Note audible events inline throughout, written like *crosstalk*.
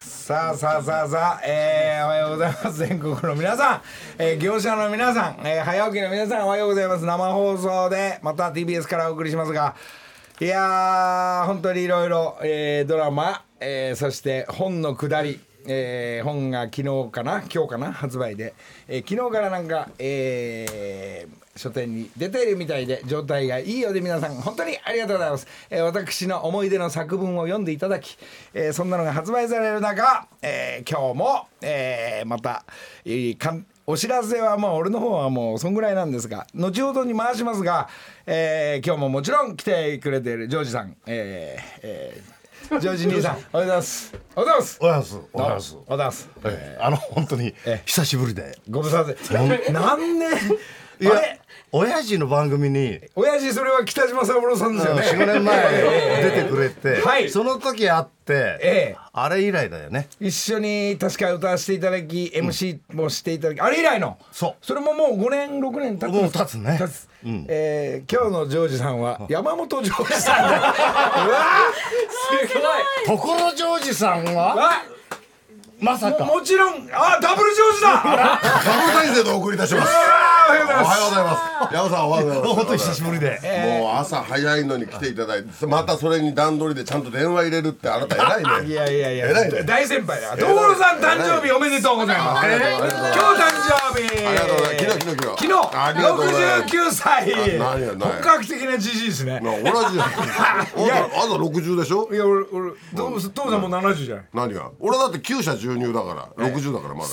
さあさあさあさあ、えー、おはようございます *laughs* 全国の皆さん、えー、業者の皆さん、えー、早起きの皆さんおはようございます生放送でまた TBS からお送りしますがいやー本当にいろいろえードラマ、えーそして本のくだりえー本が昨日かな今日かな発売で、えー昨日からなんか、えー書店に出ているみたいで状態がいいようで皆さん本当にありがとうございます、えー私の思い出の作文を読んでいただき、えーそんなのが発売される中、えー今日も、えーまた、えーかんお知らせはまあ俺の方はもうそんぐらいなんですが後ほどに回しますが、えー今日ももちろん来てくれているジョージさん、えーえージョージ兄さんおはようございますおはようございますおはようございます。おはようございます。おだす。えーあの本当にええ久しぶりで。ご無沙汰。何年。いあれ、親父の番組に。親父それは北島三郎さんですよね。四五年前出てくれて、はいその時会って、ええあれ以来だよね。一緒に確か歌わせていただき、MC もしていただき、あれ以来の。そうそれももう五年六年経つ。もう経つね経つうんえー今日のジョージさんは山本ジョージ *laughs* さんだ。うわー、すごい。ところジョージさんはわ、まさか。もちろん、あ、ダブルジョージ *laughs* だ。ダブル体制でお送りいたします。あーおはようごおざいますはようございます。山さんおはようございます。本当に久しぶりで。もう朝早いのに来ていただいて、またそれに段取りでちゃんと電話入れるってあなた偉いね。いやいやいや、偉いね大先輩だ。所さん誕生日おめでとうございます。偉今い日ね誕生日。ありがとうございます。昨日昨日昨日。ありがとうご昨ざい日、ま69す。歳。あ何や何や本格的なじじいですね。まあ同じじゃん。あなた六十でしょい。や、俺、俺、どう、父さんも70じゃない。 *laughs* 何が？俺だって九社十入だから、六十だからまだ。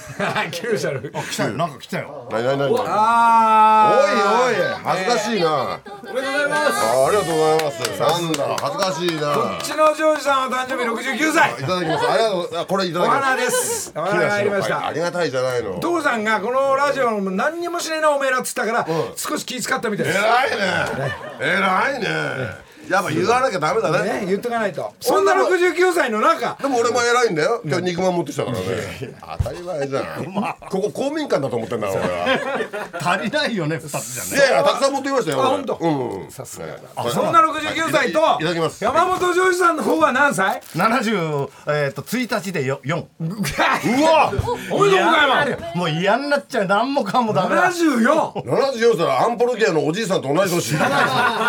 9社の。来たよ。なんか来たよ。何何何々。おいあおい恥ずかしいな。ー。おめでとうございます。あありがとうございます。なんだ恥ずかしいなう。ちのジョージさんは誕生日69歳い。ただきます。ありがとうございますあ。これいたおだきます。花です。お花が入りましあた。りがたいじゃないの。父さんがこのラジオの何にもしねえなおめえらっつったから、少し気遣ったみたいです。偉いね偉いねやっぱ言わなきゃダメだねね、言っとかないと。そんな69歳の中。でも俺も偉いんだよ今日肉まん持ってきたからね当たり前じゃんここ公民館だと思ってんだろ俺は足りないよね。二つじゃねい。やいやたくさん持ってきましたよあ俺本当うんうんさすがそんな69歳といただきます山本譲二さんの方は何歳七十えっと一日でよ四。うわう *laughs* わおめでとうございますもう嫌になっちゃう。何もかもダメだ。 74 74歳アンポルギアのおじいさんと同じ年すごい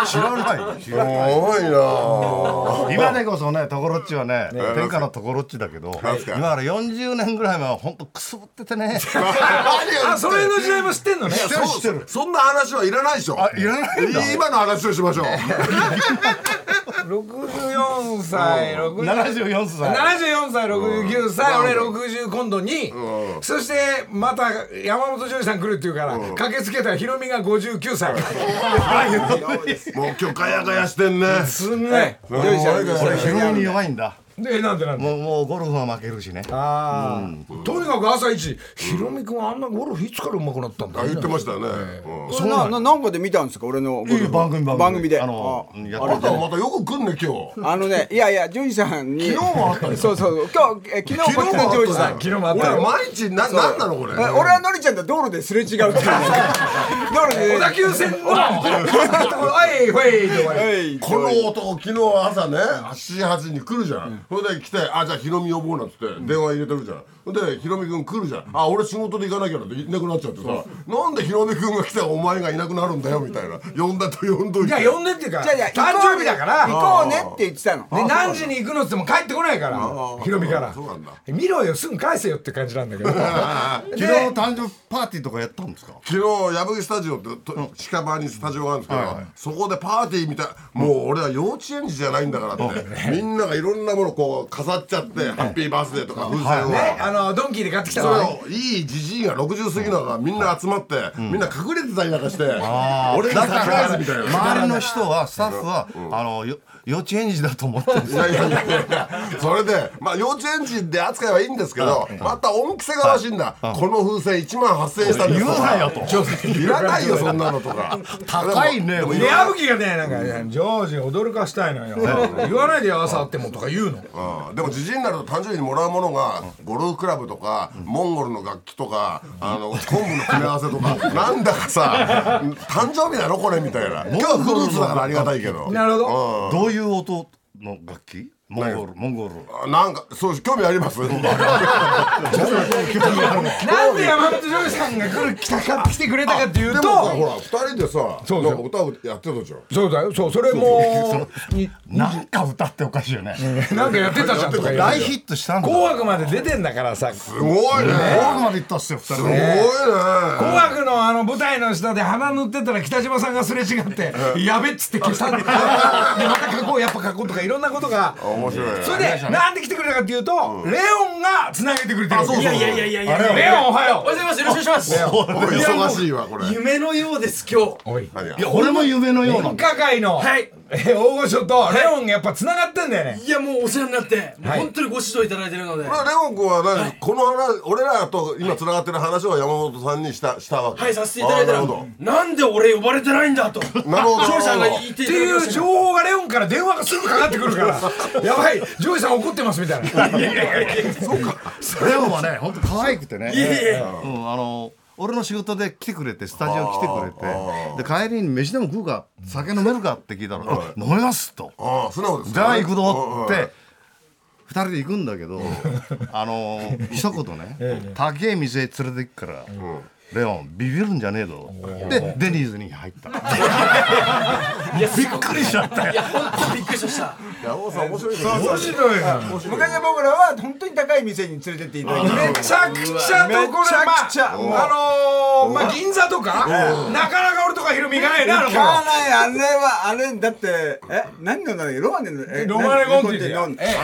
知らない。な今でこそね、ところっちはね、天下のところっちだけど、今なんすかから40年ぐらい前は本当くすぶってて *laughs* ね。何あをそれの時代も知ってんのねてる知ってるそんな話はいらないでしょあ、いらないんだ。今の話をしましょう64歳60 74歳。 74歳69歳俺60今度にそしてまた山本譲二さん来るっていうから駆けつけたらヒロミが59歳もう今日ガヤガヤしてんねすんごいうん譲二さん俺、俺ヒロミに弱いんだ。えなんでなんでもう、もうゴルフは負けるしね。あーとにかく朝一ヒロミ君あんなゴルフいつから上手くなったんだあね言ってましたねうんそれなななんかで見たんですか俺のゴルフいい番組番組であのあやあなったてるまたよく来んね今日あのねいやいやジョージさんに昨日もあったそうそうそう今日え昨日こっちのジョージさん昨日もあったよ俺毎日ななんなのこれえ俺はのりちゃんと道路ですれ違うっていうね道路で小田急線のおいほいって終わりはいこの男昨日朝ね7時8時に来るじゃんそれで来て「あじゃあヒロミ呼ぼう」なんつって電話入れてるじゃんほんでヒロミ君来るじゃん「あ俺仕事で行かなきゃ」なんていなくなっちゃってさなんでヒロミ君が来たらお前がいなくなるんだよみたいな呼んだと呼んどいいてや呼んでっていうかじゃあじゃあ誕行こう生日だから行こうねって言ってたので何時に行くのっつっても帰ってこないからヒロミからそうなんだ見ろよすぐ返せよって感じなんだけど昨日誕生日パーティーとかやったんですか昨日矢吹スタジオってと近場にスタジオがあるんですけど、そこでパーティーみたいもう俺は幼稚園児じゃないんだからって、みんながいろんなものこう飾っちゃって、ハッピーバースデーとか風船を、ねあのドンキーで買ってきたそのれねをいいじじいが60過ぎのがみんな集まって、みんな隠れてたりなんかして、俺にサプライズみたいな。周りの人は、スタッフは、あの、よ幼稚園児だと思ってるんですいよ。やいやいやいやそれでまあ幼稚園児で扱いはいいんですけどまた恩着せがましいんだこの風船1万8000円したんです言うなよとちょっいらないよそんなのとか高いねでもで矢吹がねなんかね「ジョージ驚かしたいのよ言わないでよ朝会っても」とか言うのうんでもじじいになると誕生日にもらうものがゴルフクラブとかモンゴルの楽器とかあの昆布の組み合わせとかなんだかさ誕生日なのこれみたいな今日はフルーツだからありがたいけどなるほどどういう音の楽器モンゴルモンゴルあなんかそう興味ありますなんで山本譲二さんが来る来たか来てくれたかっていうでもとさほら二人でさそうそうなんか歌をやってたじゃんそうだよそうそれもになんか歌っておかしいよねなんかやってたじゃんとか言大うヒットしたんだ紅白まで出てんだからさすごいね紅白まで行ったっすよ二す人ごいでね紅白のあの舞台の下で鼻塗ってたら北島さんがすれ違って「やべ」っつって消したんだでまた書こうやっぱ書こうとかいろんなことが面白いねそれでなんで来てくれたかっていうとレオンがつなげてくれてるあそうそうそういやいやいやいやレオンおはおはようよございますよろしくお願いしまおい忙しいわこれす夢のようです今日うおい何がいや俺も夢のような演歌界のはいえ大御所とレオンがやっぱつながってんだよねいやもうお世話になってもうはい本当にご指導いただいてるのでまあ、レオン君は何、この話俺らと今つながってる話を山本さんにしたしたわけはいさせていただいたあらーなるほなんで俺呼ばれてないんだとどなるほど長さんがなるほど言っていっただてきまいうした情報がレオンから電話がすぐかかってくるからやばいジョイさん怒ってますみたいなレオンはね本当可愛くてねいやいやうんあの俺の仕事で来てくれてスタジオ来てくれてで帰りに飯でも食うか酒飲めるかって聞いたら「飲めます」とああ素直ですじゃあ行くのぞって二人で行くんだけどあのー一言ね「高 *laughs* え店へ連れて行くからレオンビビるんじゃねえぞ」でデニーズに入 *laughs* ったびっくりしちゃったよいや本当びっくりしました山本さん面白いね面白いな昔は僕らは本当に高い店に連れてっていただいてめちゃくちゃところまめちゃくちゃもうああのーまあ銀座とかなかなか俺とかヒロミ行かないねあの行か頃ないあれはあれだってえ何飲んだんだっけロマネのえロマネゴンティーだよ何ええ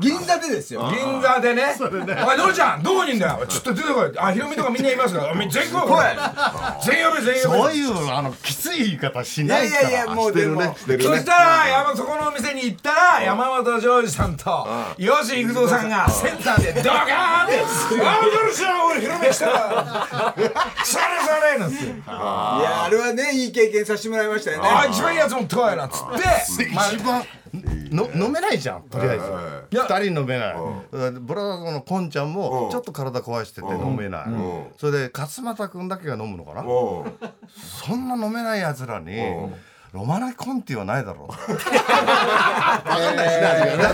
銀座でですよ銀座でね「おいのりちゃんどこにいんだよちょっと出てこい」あヒロミとかみんないますからお前全員来い全員呼べ全員呼べそういうあのきつい言い方しないからいやいやいやもうしてるでねもしてるそねしたら山そこのお店に行ったら山本譲二さんと吉幾三さんがセンターでドカーンって「あーどうしよう俺広めしたら *laughs* それそれ」なんですよいやあれはねいい経験させてもらいましたよねあー一番いいやつもとはやなっつって一番の飲めないじゃんとりあえずいや二人飲めないうんブラザーズのこんちゃんもちょっと体壊してて飲めないそれで勝俣君だけが飲むのかなうそんな飲めない奴らにロマナコンティはないだろうえー皆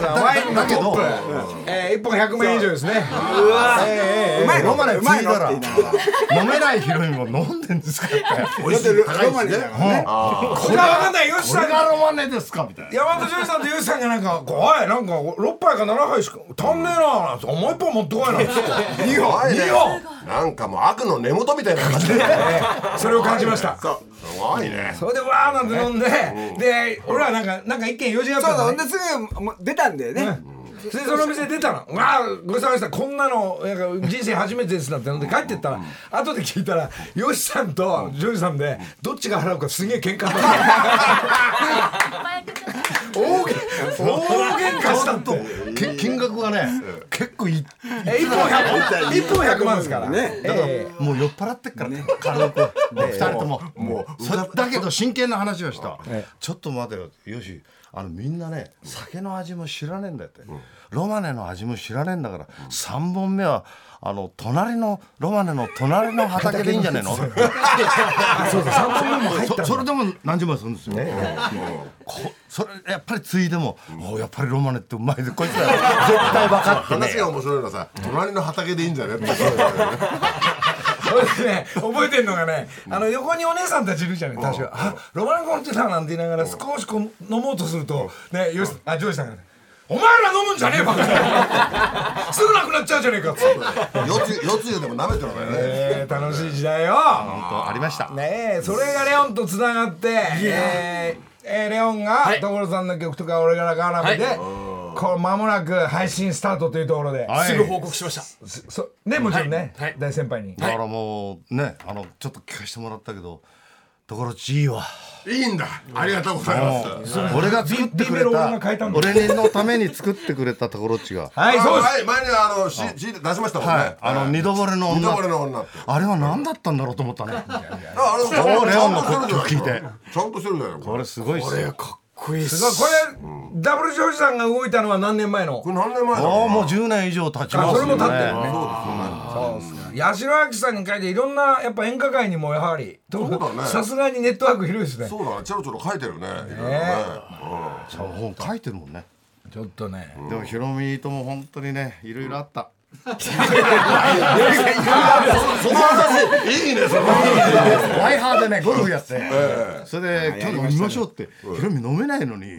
さんワインのだけトッどプえー一本100名以上ですねうまいロマネうまい次のかっらて言いなが飲めないヒロインも飲んでんですかってらだってロロマネだからねこれは分かんないよしこされんががロマネですかみたいな山本譲二さんとヨシさんがなんか「こうおいなんか6杯か7杯しか足んねえな」なんて「お前一本持ってこい」なんつってんいいよいいよいなんかもう悪の根元みたいな *laughs* 感じすそれを感じましたごいねそれでわーなんて飲んで、で俺はなんかなんか一軒用事があっそうただほのんねですぐも出たんだよねでその店出たの「わあごちそうさまでしたこんなのなんか人生初めてです」なんてので帰ってったら後で聞いたらヨシさんとジョージさんでどっちが払うかすげえ喧嘩した大げ大喧嘩したってけ金額がね結構いいえ1本100一本100万ですからねええもう酔っ払ってっからね軽く二人とももうそれだけど真剣な話をしたちょっと待てよよしあのみんなね酒の味も知らねえんだよってロマネの味も知らねえんだから3本目はあの隣のロマネの隣の畑でいいんじゃねえのそうだ3本目も入ったそそれでも何十万するんですよ、こそれやっぱりついでも、おやっぱりロマネってうまいでこいつら絶対分かってね話が面白いのはさ隣の畑でいいんじゃねってそれでね覚えてんのがねあの横にお姉さんたちいるじゃない確かあロマンコンチェタなんて言いながら少しこう飲もうとするとねよしあジョージさんがねお前ら飲むんじゃねえバカすぐなくなっちゃうじゃねえかっつって四つ四つ湯でも舐めてるからねえー楽しい時代よ本当ありましたねえそれがレオンとつながってえーえーレオンがい所さんの曲とか俺が絡めてはいこう間もなく配信スタートというところではいすぐ報告しましたそねもちろんねはいはい大先輩にだからもうねあのちょっと聞かせてもらったけど所地いいわいいんだありがとうございます俺が作ってくれビビメロ俺たが変えたんだ俺のために作ってくれた所地が *laughs* はいそうですはい前にあの C- CD 出しましたもんはねいあの二度惚れの二度女惚れの女ってあれは何だったんだろうと思 *laughs* ったねああれちゃそうんとレちオゃンのんとしてるじゃ聞いないてちゃんとしてるじゃないここれれすごいっすよかっこいいっすごいこれダブルジョージさんが動いたのは何年前のこれ何年前だあろあもう10年以上経ちますよねあそれも経ってるねそ八代亜紀さんに書いていろんなやっぱ演歌界にもやはりうだねさすがにネットワーク広いですねうですねそうだねちょろちょろ書いてるねいろいろねそう本書いてるもんねちょっとねでもヒロミとも本当にねいろいろあったその話いいねその話ワイハーでねゴルフやってそれで「今日飲みましょう」ってヒロミ飲めないのに「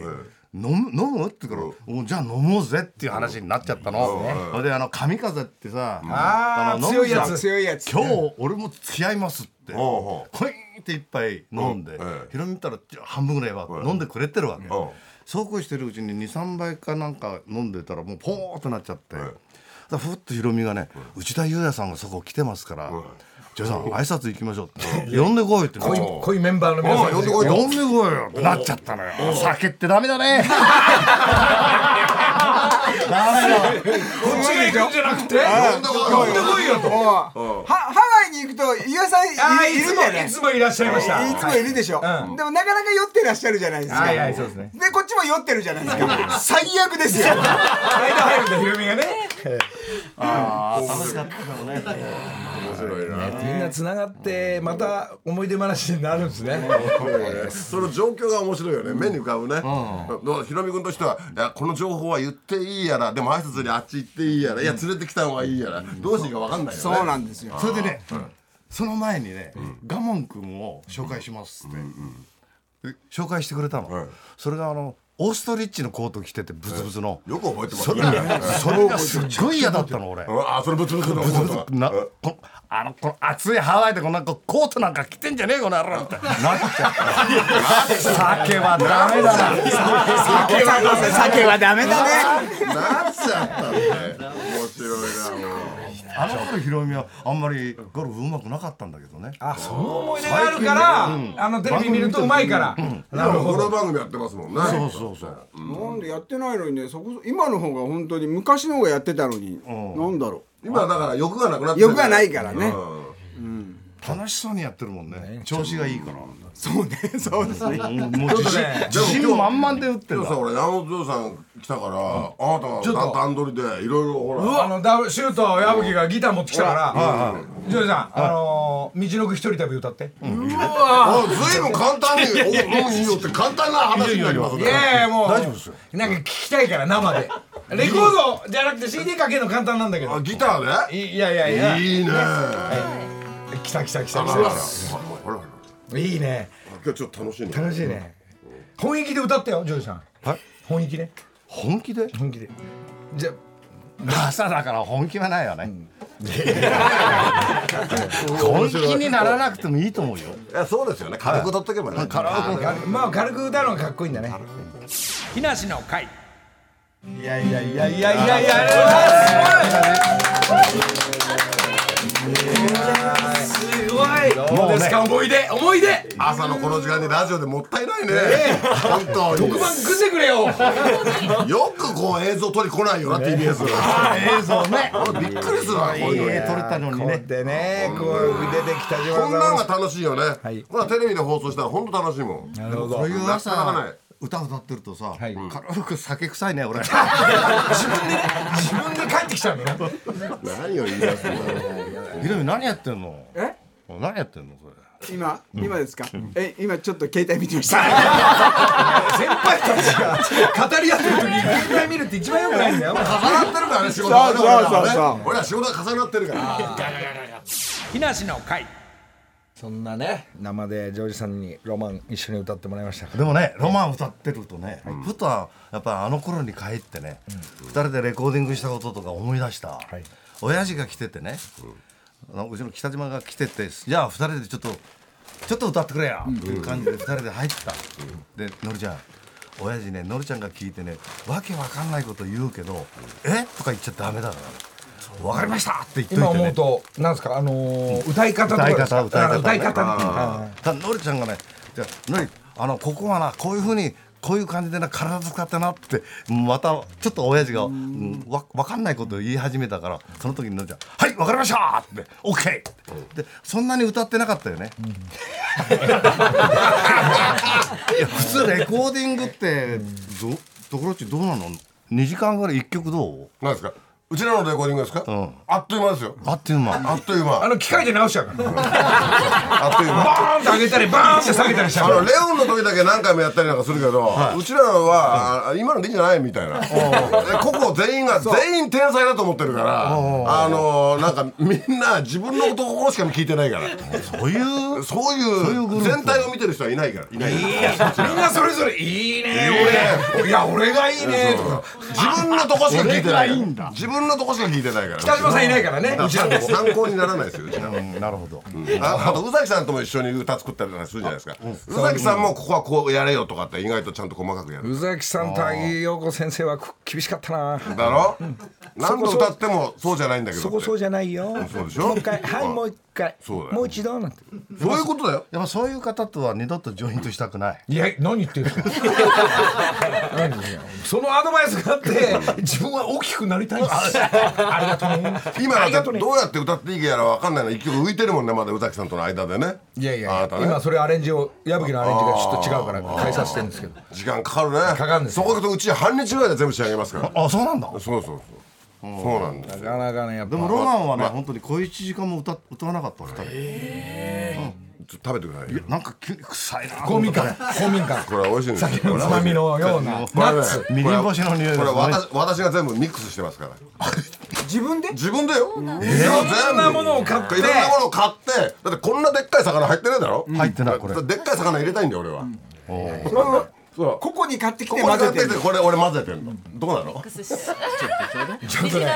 飲む飲む?」って言うからお「じゃあ飲もうぜ」っていう話になっちゃったのそれであの神風ってさああーの強いや飲むつじゃん強いやつ今日俺も付き合いますってほうこいほって一杯飲んでうんええヒロミ見たら半分ぐらいは飲んでくれてるわけうんそうこうしてるうちに23杯かなんか飲んでたらもうポーっとなっちゃってだからふっとヒロミがね内田裕也さんがそこ来てますから「じゃあさん挨拶行きましょう」って「呼んでこい」ってなっ濃ちいゃって濃いメンバーの皆さんうん呼んでこい呼んでこいよってなっちゃったのよ酒ってダメだねこっダメだちが行くんじゃなくてう飲んでこ来いよいよとはハワイに行くと岩井さんあーいいいるつじもゃないいつもいらっしゃいましたいつもいるでしょ、うでもなかなか酔ってらっしゃるじゃないですか、はいはいそうですねでこっちも酔ってるじゃないですか最悪ですよ間入るんだヒロミがね面白いなみんな繋がってまた思い出話になるんですねその状況が面白いよね目に浮かぶね、どうひろみ君としてはいやこの情報は言っていいやらでも挨拶にあっち行っていいやら、いや連れてきた方がいいやら、どうしていいか分かんないよねそうなんですよそれでねその前にねガモン君を紹介しますってで紹介してくれたのそれがあのオーストリッチのコート着ててブツブツのよく覚えてますそれねがそれがすっごい嫌だったの俺うんあそれぶつぶつのことなこのあのこの暑いハワイでこのなんかコートなんか着てんじゃねえよこの野郎ってなっちゃう酒はダメだな酒は酒はダメだねなっちゃったね面白いなもうあの頃ヒロミはあんまりゴルフ上手くなかったんだけどね。あその思い出があるから、あのテレビ見るとうまいから、なるでもほこのど番組やってますもんねそうそうそう。なんでやってないのにねそこそ今の方が本当に昔の方がやってたのに、なんだろ今だから欲がなくなっうてる欲がないからね、うん楽しそうにやってるもんね。調子がいいから。そうねそうですねうんもう自ちょ信っとね自信満々で打って今る日さ俺山本譲さん来たから、あなたが段取りでいろいろほらあのダブシュート矢吹がギター持ってきたから、ジョージさん、あのー道のく一人旅歌って。あずいぶん簡単に「おもういいよ」って簡単な話になりますいねやいやもう大丈夫ですよなんか聞きたいから生で。レコードじゃなくて CD かけるの簡単なんだけあど。ギターいでいやいやいや。いいね来た来た来たあら来ららたほらほらいいね。今日ちょっと楽しいね楽しいね。本気で歌ってよジョージさん。はい。本気で。本気で？本気で。じゃ朝だから本気はないよね。本気にならなくてもいいと思うよ。いやそうですよね軽く取っとけばねあがまあ軽く歌うのがかっこいいんだね。木梨の会いやいやいやいやいやいやありがとうございます。すごいどうですか、思い出思い出朝のこの時間にラジオでもったいないね本当に特番組んでくれよよくこう映像取り来ないよな TBS 映像ね。びっくりするわこういうのええ撮れたのにね。でね、こう出てきたこ島んなんさが楽しいよねこれはテレビで放送したら本当楽しいもんん。なるほこういうなかなかな朝い歌歌ってるとさ、い軽く酒臭いね *laughs* 俺。自分で帰ってきちゃうのね。何を言い出すんだろうひろみ何やってんの？え何やってんのそれ？今今ですか、え今ちょっと携帯見てました先輩たちが語り合ってる時に携帯見るって一番良くないんだよ。重なってるからね仕事がねそうそうそうそう俺らはね俺ら仕事が重なってるから木梨の会そんなね、生でジョージさんにロマン一緒に歌ってもらいました。でもね、ロマン歌ってるとね、ふとはやっぱあの頃に帰ってね、二人でレコーディングしたこととか思い出した。い親父が来ててね、あのうちの北島が来てて、じゃあ二人でちょっとちょっと歌ってくれやっていう感じで二人で入った。で、のりちゃん。親父ねのりちゃんが聞いてねわけわかんないこと言うけど「えとか言っちゃダメだから「わかりました!」って言っといて、今ね、思うと、なんですか、あのー、歌い方とか歌いです方か。歌い方あ歌い方っていうか。ただのりちゃんがね「じゃあのりあのここはなこういうふうにこういう感じでな体使ってな」ってまたちょっと親父がうんわ分かんないことを言い始めたからその時にのりちゃん「はい分かりました!」って「OK!」ってでそんなに歌ってなかったよね。いや普通レコーディングってどところっちどうなの ?2 時間ぐらい1曲どう何ですかうちらのレコーディングですか、んあっという間ですよあっという間あっという間あの機械で直しちゃうからあっという間バーンって上げたりバーンって下げたりしちゃあうのレオンの時だけ何回もやったりなんかするけど、うちらは、あ今のでいいんじゃないみたいな個々全員が全員天才だと思ってるからあのなんかみんな自分のことしか聞いてないからそういうそういう全体を見てる人はいないからいないいやみんなそれぞれ「いいね俺いや俺がいいね」とか自分のとこしか聞いてない俺がいいんから自分のとこしか聞いてないから北島さんいないからねだうちらからの参考にならないですようちらはうんなるほどああと宇崎さんとも一緒に歌作ったりとかするじゃないですか宇崎さんもここはこうやれよとかって意外とちゃんと細かくやる宇崎さんと萩井陽子先生は厳しかったなだろ何度歌ってもそうじゃないんだけどそこそうってじゃないよそうでしょもう一回はいうんもう一回そうだよもう一度なんてそういうことだよやっぱそういう方とは二度とジョイントしたくないいや何言ってるんですか *laughs* 何言ってんのそのアドバイスがあって自分は大きくなりたいんですありがとうね今ありだがとってうねどうやって歌っていいかやらわかんないの一曲浮いてるもんねまだ宇崎さんとの間でねいやいやあいなたやね今それアレンジを矢吹のアレンジがちょっと違うから変えさせてるんですけど時間かかるねかるんですそよこ行くとうち半日ぐらいで全部仕上げますからあそうなんだそうそうそうそうなんですなかなかねやっでもぱロマンはね本当に小一時間も歌歌わなかった二人ちょっと食べてくださいよなんか急に臭いな公民館公民館これは美味しいんですよ酒 *laughs* のつまみのよう *laughs* なもうナッツみりん干しの匂いこがれ私私が全部ミックスしてますから自分で自分でよ、えいろんなものを買っていろんなものを買ってだってこんなでっかい魚入ってないだろ、入ってないこれだでっかい魚入れたいんだよ俺は、ここに買ってきこてこ混に買っぜててきてこれ俺混ぜてんのどうなのちょっとね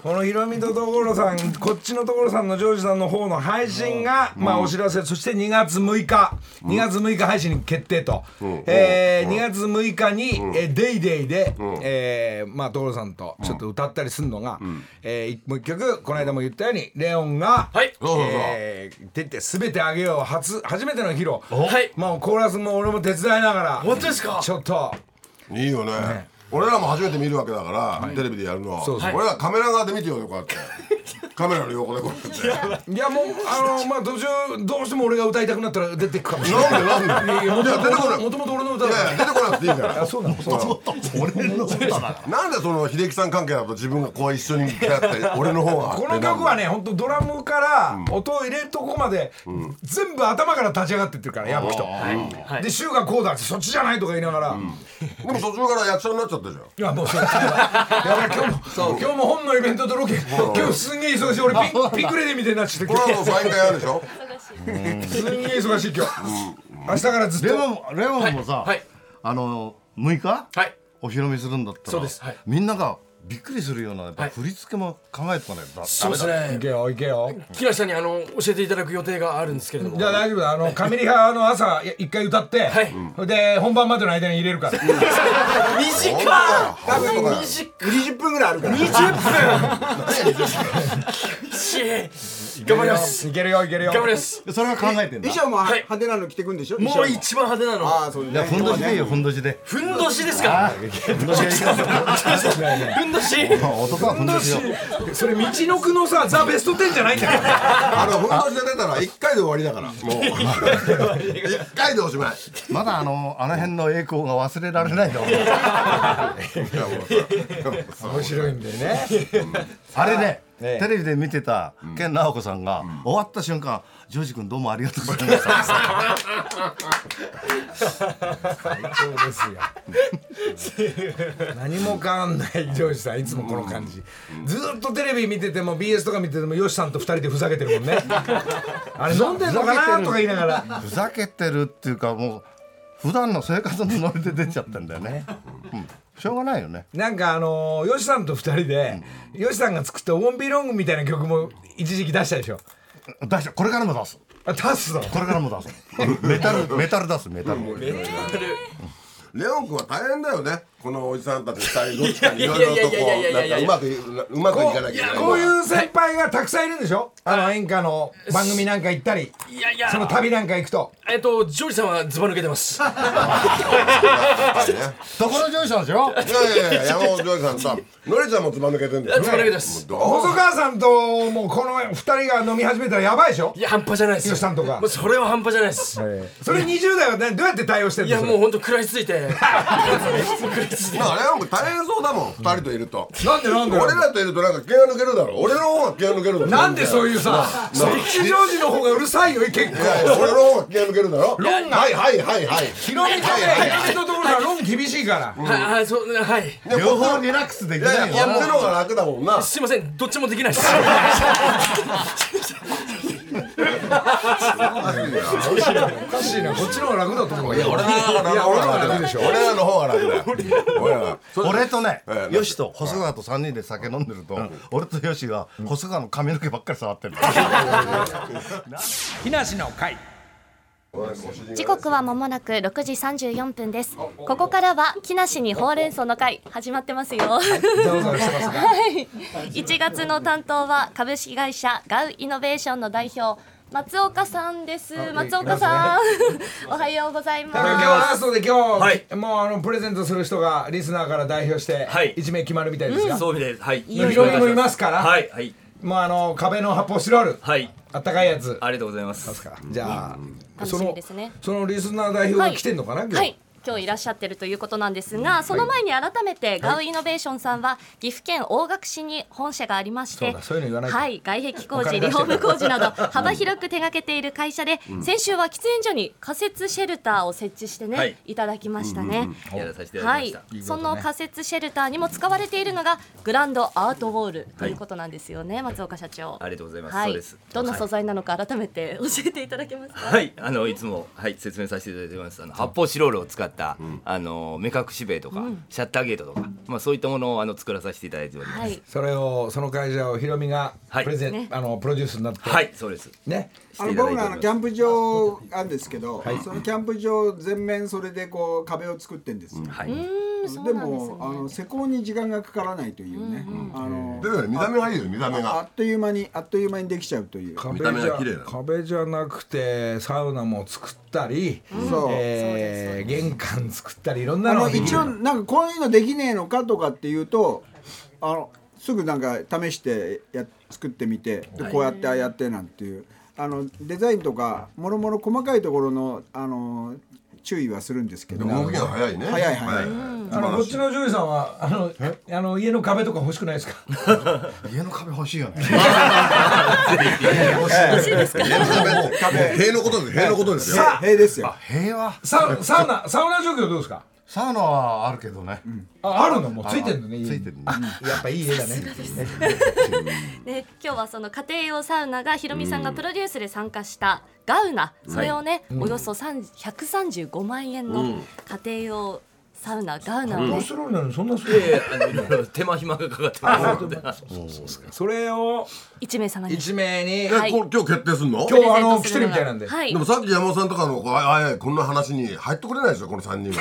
このヒロミと所さんこっちの所さんのジョージさんの方の配信が、まあお知らせそして2月6日2月6日配信に決定と、えー2月6日に「えーデイデイで、えーまあ所さんとちょっと歌ったりするのが、えーもう一曲この間も言ったようにレオンが「はいそうそうそうえー出て全てあげよう」初初めての披露はいまあコーラスも俺も手伝いながら本当ですかちょっと。いいよね俺らも初めて見るわけだから、テレビでやるのはそうそう俺らカメラ側で見てよよかってカメラの横でこうやっていやもうあのまあ途中どうしても俺が歌いたくなったら出てくかもしれない。なんでなんでいやもといや出てこないもともと俺の歌いだやいや出てこなくていいからそうなの俺の歌だからなんでその秀樹さん関係だと自分がこう一緒にやって俺の方がこの曲はね本当ドラムから音を入れるとこまで、全部頭から立ち上がってってるから矢吹と、はいで柊がこうだってそっちじゃないとか言いながら、いでも途中から役者になっちゃったじゃんやもうそうやばい今日も今日も本のイベントとロケ今日すんげえ忙しい俺ピンピンクレディみたいになっちゃってこれはもうサイン会やるでしょすんげえ忙しい今日、明日からずっレとモンレモンもさ、はいあの6日、はいお披露目するんだったらそうですはいみんながびっくりするようなやっぱはい振り付けも考えておかないとだそうです行ねけよ行けよ木梨さんにあの教えていただく予定があるんですけれどもじゃあ大丈夫だあのカメリハの朝い一回歌って、はいで本番までの間に入れるから短い多分短い20分ぐらいあるからい頑張りますいけるよいけるよ頑張りますそれは考えてんだい衣装もはい派手なの着てくんでしょもう一番派手なのああそうやねふんどしでいいよふんどしでふんどしですかふん *laughs* どしがいいかふんどしら男はふんどしよそれ道のくのさザ・ベスト10じゃないんだよあのふんどしで出たら1回で終わりだからもう1回でおしまいまだあのあの辺の栄光が忘れられないと思う面白いんでねあれねねえテレビで見てた健直子さんが、終わった瞬間「ジョージ君どうもありがとうございました」そうですよ何も変わんない上司さんいつもこの感じずーっとテレビ見てても BS とか見ててもよしさんと二人でふざけてるもん *laughs* ねあれ飲んでんのかなとか言いながらふざけてるっていうかもう普段の生活のノリで出ちゃってんだよね、うん、しょうがないよねなんかあのー、よしさんと二人でよしさんが作った「ウォンビーロング」みたいな曲も一時期出したでしょ出してこれからも出すあ出すぞこれからも出すメタルメタル出すメタルレオン君は大変だよねこのおじさんたち2人どっちかにいろいろとこいやういなやんかういやいやまくいうまくいかなきゃいけないこういう先輩がたくさんいるんでしょあの演歌の番組なんか行ったりいやいやその旅なんか行くとえっとジョージさんはズバ抜けてますところ上司なんですよいやいやいや山本ジョージさんさのりちゃんもつま抜けてんだよねつま抜けですもうどう細川さんともうこの二人が飲み始めたらやばいでしょいや半端じゃないです吉さんとかもうそれは半端じゃないですそれ20代はねどうやって対応してるんいですやかもう本当食らいついてえまああれはもう大変そうだもん二人といるとなんでなんで俺らといるとなんか気が抜けるだろ俺の方が気が抜けるだろなんでそういうさ吉祥寺の方がうるさいよ結いやい構や俺の方が気が抜けるだろ論がはいはいはいはいヒロミとねヒロミとところは論厳しいからえはいはいそうはいで両こっ方ちリラックスできいやないいよやこっちの方が楽だもんなすいませんどっちもできないですおかしいなこっちの方が楽だと思うよ俺らの方が楽だよ俺らの方が楽だよ俺らがそれ俺とねええよしと細川と3人で酒飲んでると俺とよしが細川の髪の毛ばっかり触ってる木梨の会時刻は間もなく6時34分ですここからは木梨にほうれん草の会始まってますよはい1月の担当は株式会社ガウイノベーションの代表松岡さんです松岡さん *laughs* おはようございだから今日まラストで今日、はいもうあのプレゼントする人がリスナーから代表してはい一名決まるみたいですが、そうみたいですはいヒロミもいますから、はいはいもうあの壁の発泡スチロール、はいあったかいやつありがとうございますじゃあ、楽そしみのですねそのリスナー代表が来てんのかな、はい、今日、はい今日いらっしゃってるということなんですが、その前に改めて、ガウイノベーションさんは岐阜県大垣市に本社がありましてそうだそういうの言わないとはい、外壁工事リフォーム工事など幅広く手掛けている会社で、先週は喫煙所に仮設シェルターを設置してね、はいい、ただきましたね、やらさせていただはきいました、その仮設シェルターにも使われているのがグランドアートウォールということなんですよね、松岡社長。ありがとうございますはそういです、どんな素材なのか改めて教えていただけますか。はい、あのいつも、はい、説明させていただいております。あの発泡スチロールを使った、あの目隠し塀とか、シャッターゲートとか、まあそういったものをあの作らさせていただいております。ははい、い、それをその会社をヒロミがはいプレゼン、ねあのプロデュースになって、そうです。ねしあてのいただ僕いてらおりまあのキャンプ場あるんですけど、そのキャンプ場全面それでこう壁を作ってんですよ、す。はい、でもあの施工に時間がかからないというね、あの出てる見た目がいいよ見た目あがっという間にあっという間にできちゃうという壁見じた目ゃが綺麗だ壁じゃなくてサウナも作ったり、そうえー玄関作ったりいろんあなののができ一る応なんかこういうのできねえのかとかっていうとあのすぐなんか試してや作ってみてでこうやってああやってなんていうあのデザインとかもろもろ細かいところのあの注意はするんですけど動きが早いね早い早いあのこっちのジョイさんはあのあの家の壁とか欲しくないですか家の壁欲しい *laughs* よね塀のことです塀のことですよさあ塀ですよ平和サウサウナサウナ状況どうですかサウナはあるけどねああるのもうついてるのねつ家いにてるねやっぱいい家だねで今日はその家庭用サウナがひろみさんがプロデュースで参加したガウナ、それをね、およそ3 135万円の家庭用サウナ、ガウナをオーねス、トラリアにそんなすごいええあのいろいろ手間暇がかかってますのでそれを一名様に一名にはえいこれ今日決定すんの今日あのプレ来ゼてるントすのみがたいなんではいでもさっき山本さんとかのこうあいあいこんな話に入ってくれないでしょこの3人は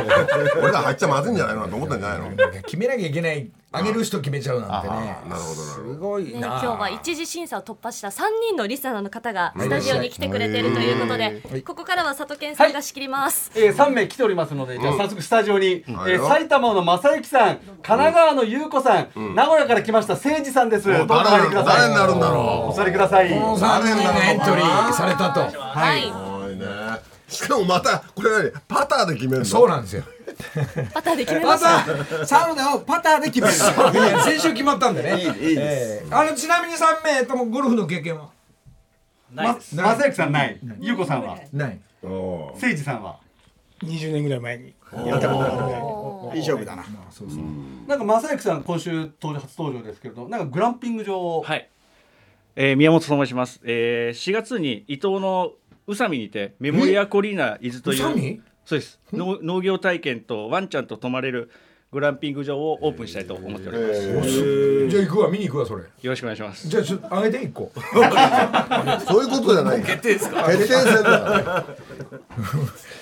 *laughs* 俺ら入っちゃまずいんじゃないのと思ったんじゃないのなる決めなきゃいけないあげる人決めちゃうなんてねほどなるすごいね、な今日は一次審査を突破した3人のリスナーの方がスタジオに来てくれているということで、ここからは佐藤健さんが仕切ります。えー、3名来ておりますので、じゃあ早速スタジオに、んえー埼玉の正幸さん、神奈川の優子さん、名古屋から来ました誠司さんです。どほうどぞお入り誰なくだ誰になさい。るんだろお座りください。この3人がエントリーされたとはうい、すごいねしかもまたこれ何パターで決めるのそうなんですよバターで決めました。サウナをパターで決める *laughs* *laughs* いや先週決まったんでねえーあのちなみに3名ともゴルフの経験はま正幸さんない、優子さんは、ないお誠司さんは。 20年ぐらい前にいい勝負だななんか正幸さん今週登場初登場ですけれど、なんかグランピング場。はい、えー、宮本と申します、えー、4月に伊東の宇佐美にてメモリアコリーナ伊豆と宇佐い美うそうです農農業体験とワンちゃんと泊まれるグランピング場をオープンしたいと思っております、じゃあ行くわ見に行くわそれよろしくお願いしますじゃあちょっとあげて1個ーそういうことじゃない決定ですか決定戦だよなんか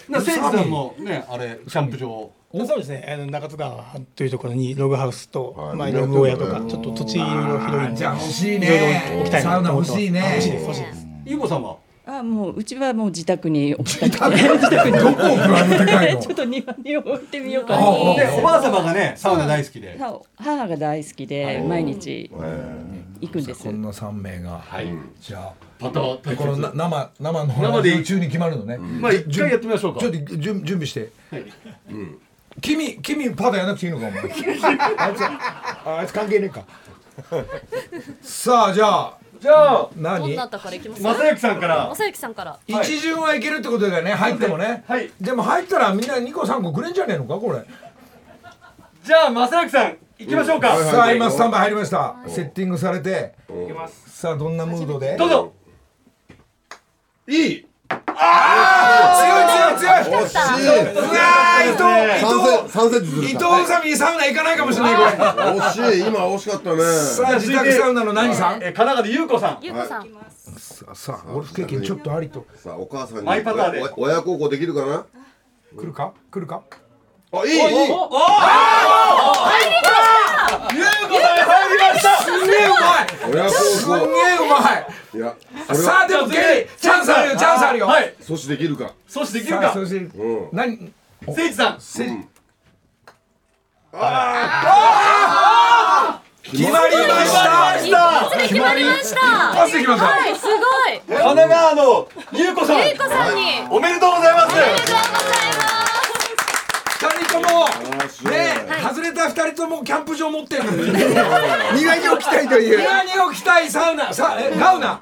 誠司さんもね、あれキャンプ場。そうですねあの中津川というところにログハウスと、まあ、ログ親とかちょっと土地いろいろ広いんでじゃあ欲しいいろいろね置きたいなサウナと思欲ってますしいね欲しいです欲しいです優子さんは。あはもううちはもう自宅に置きたくて自宅にどこ置くあのでかいのちょっと庭に置いてみようかなあでおばあ様がねサウナ大好きでそう母が大好きで毎日行くんですこんな三名がじゃあパターンこのな生生の生でいい中に決まるのねまあ一回やってみましょうかちょっと準準備して君君パターンやらなくていいのかお *laughs* 前あいつあいつ関係ねえかさあじゃあじゃあどん何なとからいきます正行さんから正行さんから一巡はいけるってことだよね入ってもねでも入ったらみんな2個3個くれんじゃねえのかこれじゃあ正行さん行きましょうかさあ今スタンバイ入りましたセッティングされてさあどんなムードでどうぞいいああ強い強い強い惜しいうわー伊3センチず藤れ伊た藤さんにサウナ行かないかもしれないこれ惜しい今惜しかったねさあ自宅サウナの何さんえ神奈川で優子さんゆうこさんさあゴルフ経験ちょっとありとさあお母さんにマイパターでおお親孝行できるかな来るか来るかあいいいい優子さん入りましたすんげえうまい親すんげえう孝ま行いやい俺さはあでもゲリチャンスあるよチャンスあるよはい阻止できるか阻止できるさあかそしてうん何聖一さんせあ決まりました一発で決まりましたパスできましたはいすごい神奈川の優子さんゆうこさんにおめでとうおめでとうございますございます二人ともあすごいね外れた二人ともキャンプ場持ってる庭に置きたいという何を着たいサウナさあえガウナ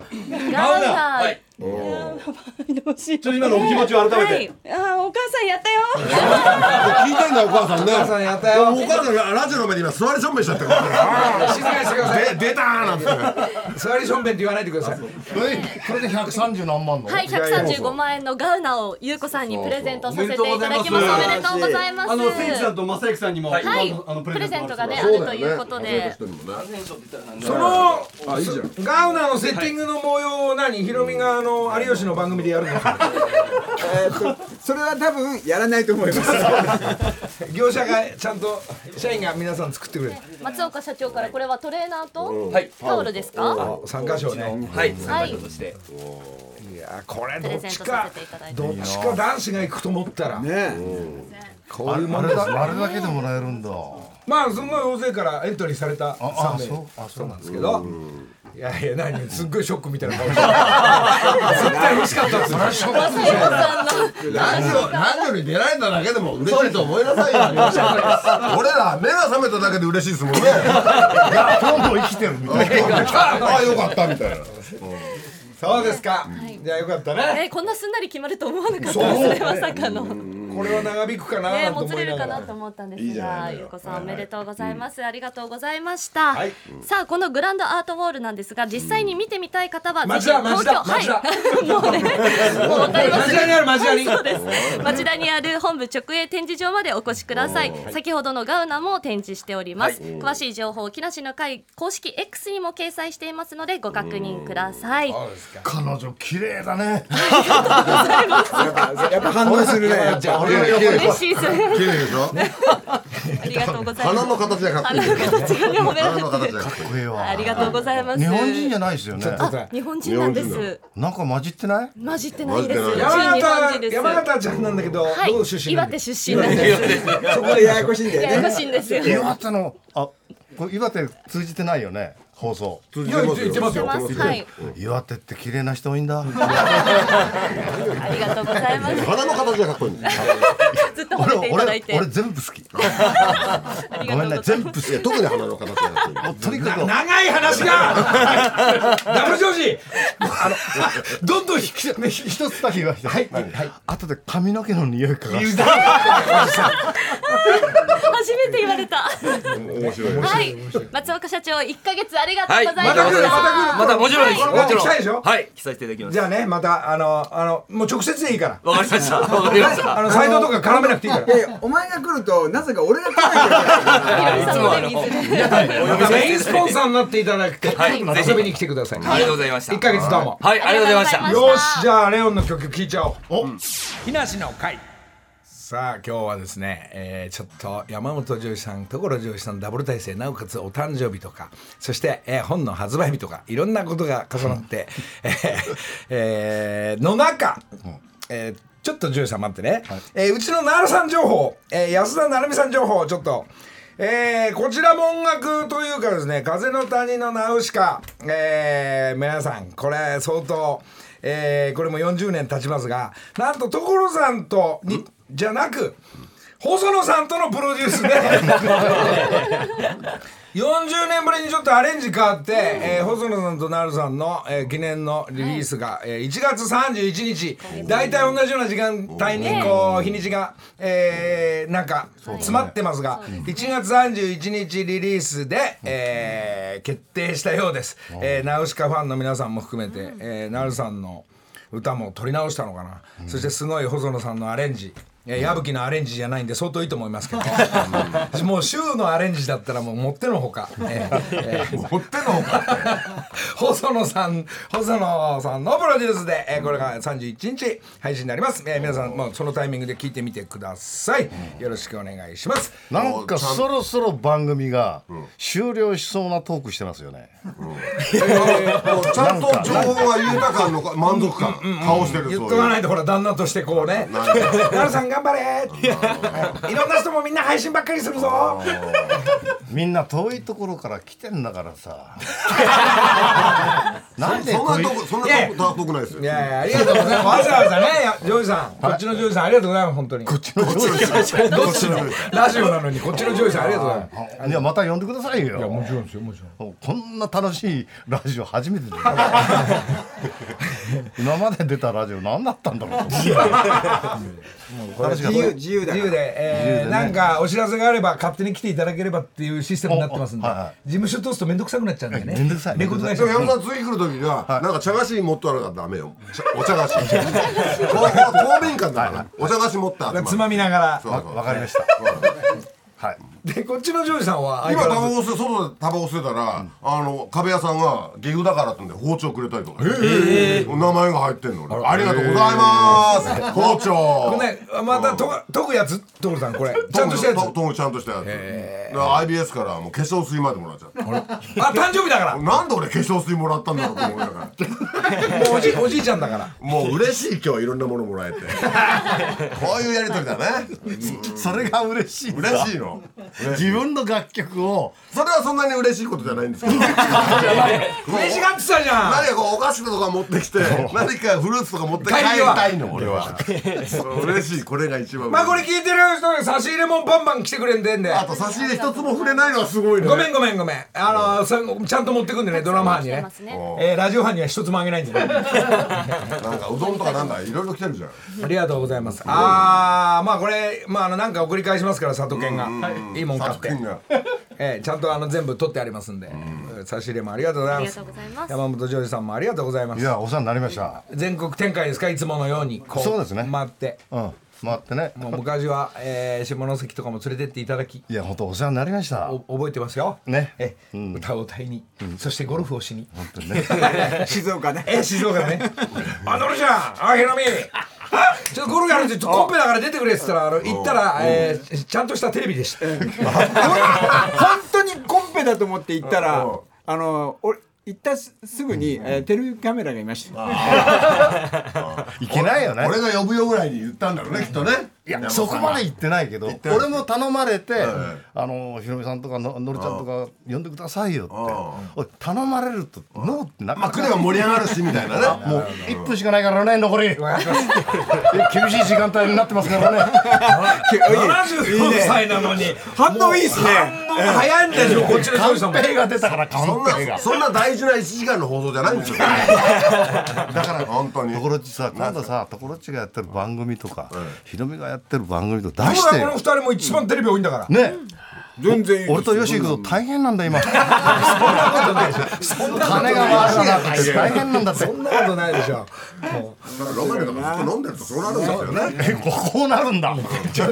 ガウナはいどうしよちょっと今のお気持ちを改めうてあーお母さんやったよ聞いてんだよお母さんねお母さんやったよお母さんがラジオの前で今座りしょんべんしちゃったから静かにしてくださいで出たーなんつって座りションベンって言わないでくださいこれで百三十何万の。はい、135万円のガウナをゆうこさんにプレゼントさせていただきます。おめでとうございます。あの聖一さんと正行さんにもあはいの、プレゼントがね、あそうるだとよねいうことで。そうだよねそのあいいじゃんガウナのセッティングの模様を何ヒロミがあの有吉の番組でやるのえーっとそれは多分やらないと思います業者がちゃんと社員が皆さん作ってくれる松岡社長からこれはトレーナーとはいタオルですか？参加賞ねはい参加者としていやこれプどレっゼンちトさかせていただいて。どっちか男子が行くと思ったらねこういうもんあれですだ、あれだけでもらえるんだ。あ、まあすごい大勢からエントリーされた3あ、名そう、あ、そうなんでですけどいやいや何すっごいショックみたいな顔して絶対欲しかったっすよ松岡さんのラジオラジオに出られただけでも嬉しいと思いなさいよ俺ら目が覚めただけで嬉しいですもんねす。いや、今日も生きてるみたいな。ああよかったみたいなそうですかじゃあよかったねえこんなすんなり決まると思わなかったですね。まさかの。これは長引くかねなともつ思れいるなかがならと思ったんでいいすじゃないのが、よゆうこさんおめでとうございます。ありがとうございました。さあこのグランドアートウォールなんですが、実際に見てみたい方は町ぜひ田町東京田は町田いもうねもうわかります町。田にある町田にそうです。町田にある本部直営展示場までお越しください。先ほどのガウナも展示しております。詳しい情報、木梨の会公式 X にも掲載していますので、ご確認ください。彼女綺麗だね。やっぱ反応するねやっぱ俺ら嬉しい綺です。麗でしょありがとうございます。鼻の形がかっこいい鼻の形がね褒めら鼻れのて形る。がかっこいいこれはありがとうございます。日本人じゃないですよね。日本人なんで日本人す。なんか混じってない。混じってないです。混じってない純山日本人形です。山形ちゃんなんだけどはいどう出身な岩ん手だ出身なんです。そこでややこしいんだやよやこねしいんですよ。岩手の、あ、これ岩手通じてないよね。放送。通いじやてま言っすて言よってますよます。はい。岩手って綺麗な人多いんだ。ありがとうございます。鼻の形がかっこいいんだよずっと俺、褒めていただい俺、て。俺全部好き。ありごめんがとね、うござい全ま部す。好きい。や特に鼻の形がかっこいいもうとにかく。長い話がダブルジョージあの *laughs* どんどん引き出ね、ひ一つだけ言わせて、はい、はい、後で髪の毛の匂い嗅がして初めて言われた。面白いねはい。松岡社長、一ヶ月ありがとうございました。はいまたもちろんですこれもちろん来たでしょはい来させていただきますじゃあねまたあのあのもう直接でいいからわかりましたわかりましたあのサイドとか絡めなくていいからいやいやお前が来るとなぜか俺が来ないといけないからヒロミさんもね水でまたメインスポンサーになっていただくて、はい遊びに来てください。ありがとうございました1ヶ月どうも。はいありがとうございましたありがとうございまよし、したじゃあレオンの曲聴いちゃおう。木梨の会さあ今日はですね、えーちょっと山本譲二さん所譲二さんダブル体制なおかつお誕生日とかそして、えー本の発売日とかいろんなことが重なって、えーえーの中、えーちょっと譲二さん待ってね、えーうちの奈良さん情報、えー安田成美さん情報をちょっと。えーこちらも音楽というかですね「風の谷のナウシカ」えー皆さんこれ相当、えーこれも40年経ちますがなんと所さんとにじゃなく細野さんとのプロデュースで40年ぶりにちょっとアレンジ変わって、えー細野さんとなるさんの、えー記念のリリースが、えー1月31日大体同じような時間帯にこう日にちが、えーなんか詰まってますが、1月31日リリースで、えー決定したようです、えーナウシカファンの皆さんも含めて、えーなるさんの歌も取り直したのかな、そしてすごい細野さんのアレンジいや矢吹のアレンジじゃないんで相当いいと思いますけど、 *laughs* もう週のアレンジだったらもう持ってのほか、 *laughs* えええ持ってのほ *laughs* か細野さん細野さんのプロデュースで、えーこれが31日配信になります、えー皆さんもうそのタイミングで聞いてみてください、よろしくお願いしますなんかそろそろ番組が終了しそうなトークしてますよね。もうちゃんと情報が豊かのか満足感顔してる言そっうというかないとほら旦那としてこうね「な *laughs* るさん頑張れ!」 *laughs* いろんな人もみんな配信ばっかりするぞみんな遠いところから来てんだから *laughs* さ。なんでそんこないとこそんなとこ遠くないですよいやいやありがとうございますわざわざねジョージさんこっちのジョージさんありがとうございます本当にこっちのジョージさんどっちのラジオなのにこっちのジョージさんありがとうございますいやまた呼んでくださいよ。もちろんですよもちろん。こんな楽しいラジオ初めてだ *laughs* よ。今まで出たラジオ何だったんだろうと思って。自楽しか由った自由だで、え自由でーねなんかお知らせがあれば勝手に来ていただければっていうシステムになってますんで、おおはいはい事務所通すと面倒くさくなっちゃうんでね面倒くさい猫会で社も山田さん次来る時には、なんか茶菓子持ってなかったらダメよちゃお茶菓子こうこう方面感だから、お茶菓子持ったつまみながらそうそうわかりました。はい。でこっちのジョージさんは今タ相変バわらずコ吸外でタバコ吸ってたら、あの壁屋さんが岐阜だからってんで包丁くれたりとか、お名前が入ってんの俺ありがとうございます、包丁これねまたと研ぐやつ所さんこれちゃんとしたやつトムちゃんとしたやつ、だから IBS からもう化粧水までもらっちゃったあ誕生日だからなんで俺化粧水もらったんだろうと思いながらもうおじおじいちゃんだから *laughs* もう嬉しい今日いろんなものも *laughs* らえてこういうやりとりだね *laughs* それが嬉しい。嬉しい。の自分の楽曲をそれはそんなに嬉しいことじゃないんですけど嬉しがってたじゃん何かこうお菓子とか持ってきて何かフルーツとか持って帰りたいの俺はそう嬉しいこれが一番嬉しまいあこれ聞いてる人に差し入れもバンバン来てくれんでんであと差し入れ一つも触れないのはすごいねごめんごめんごめんあのさちゃんと持ってくんでねドラマ班に来てねますねえーラジオ班には一つもあげないんでねなんかうどんとかなんだいろいろ来てるじゃんありがとうございます。ああ、まあこれ、まああのなんか送り返しますから、佐藤健が。いいもん買って佐藤健が。ええ、ちゃんとあの全部取ってありますんで、差し入れもありがとうございますありがとうございま。す山本譲二さんもありがとうございまいす。やお世話になりました。全国展開ですか、いつものように、こう。そうですね回って。うん。回ってね。もう昔は、えー、下関とかも連れてっていただき。いや本当お世話になりました。お覚えてますよ。ねえ、歌を歌いに、そしてゴルフをしに。本当にね。静岡ねえ、静岡だね。あ、どれじゃん。あ、ヒロミ。あ *laughs* ちょっとゴルフやるんで、ちょっとコンペだから出てくれっつったら、あの、行ったら、えー、ちゃんとしたテレビでした。本当にコンペだと思って行ったらあの俺行ったすすぐに、えーテレビカメラがいましたいけないよね。俺が呼ぶよぐらいに言ったんだろうねきっとねいやそこまで言ってないけどてない俺も頼まれて、あのひろみさんとかののりちゃんとか呼んでくださいよっておい頼まれるとノーってなかまあな来れかば盛り上がるしみたいなねもう1分しかないからね残 *laughs* り *laughs* 厳しい時間帯になってますからね74歳なのに、反応いいっすね早いんでしょ、こっちの上司さカんも。ンペが出たからカそんンペながそんな大事な1時間の放送じゃないんですよ *laughs* だから本当にところっちさ今度さところっちがやってる番組とか、ひろみがやってる番組と出ほしてら、このよ二人も一番テレビ多いんだから。ね全然俺と吉井君と大変なんだ今そんなことないでしょ金が回らなくて大変なんだってそんなことないでしょロマネとかずっと飲んでるとそうなるんですよね結構こうなる *laughs* んだちょ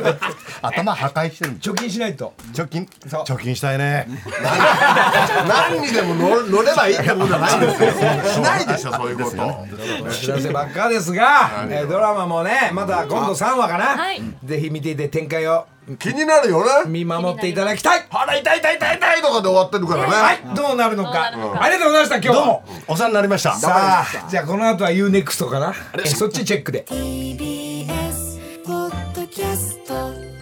頭破壊してる貯金しないと貯金貯金したいね何にでも乗乗ればいいってもんじゃないんですよしないでしょそういうことお知らせばっかですが、えードラマもねまだ今度3話かな、はいぜひ見ていて展開を気になるよね見守っていただきたい腹痛い痛い痛い痛いとかで終わってるからねはいどうなるのか、ありがとうございました今日もお世話になりましたさあじゃあこの後は UNEXT かなえそっちチェックで TBS ポッドキャスト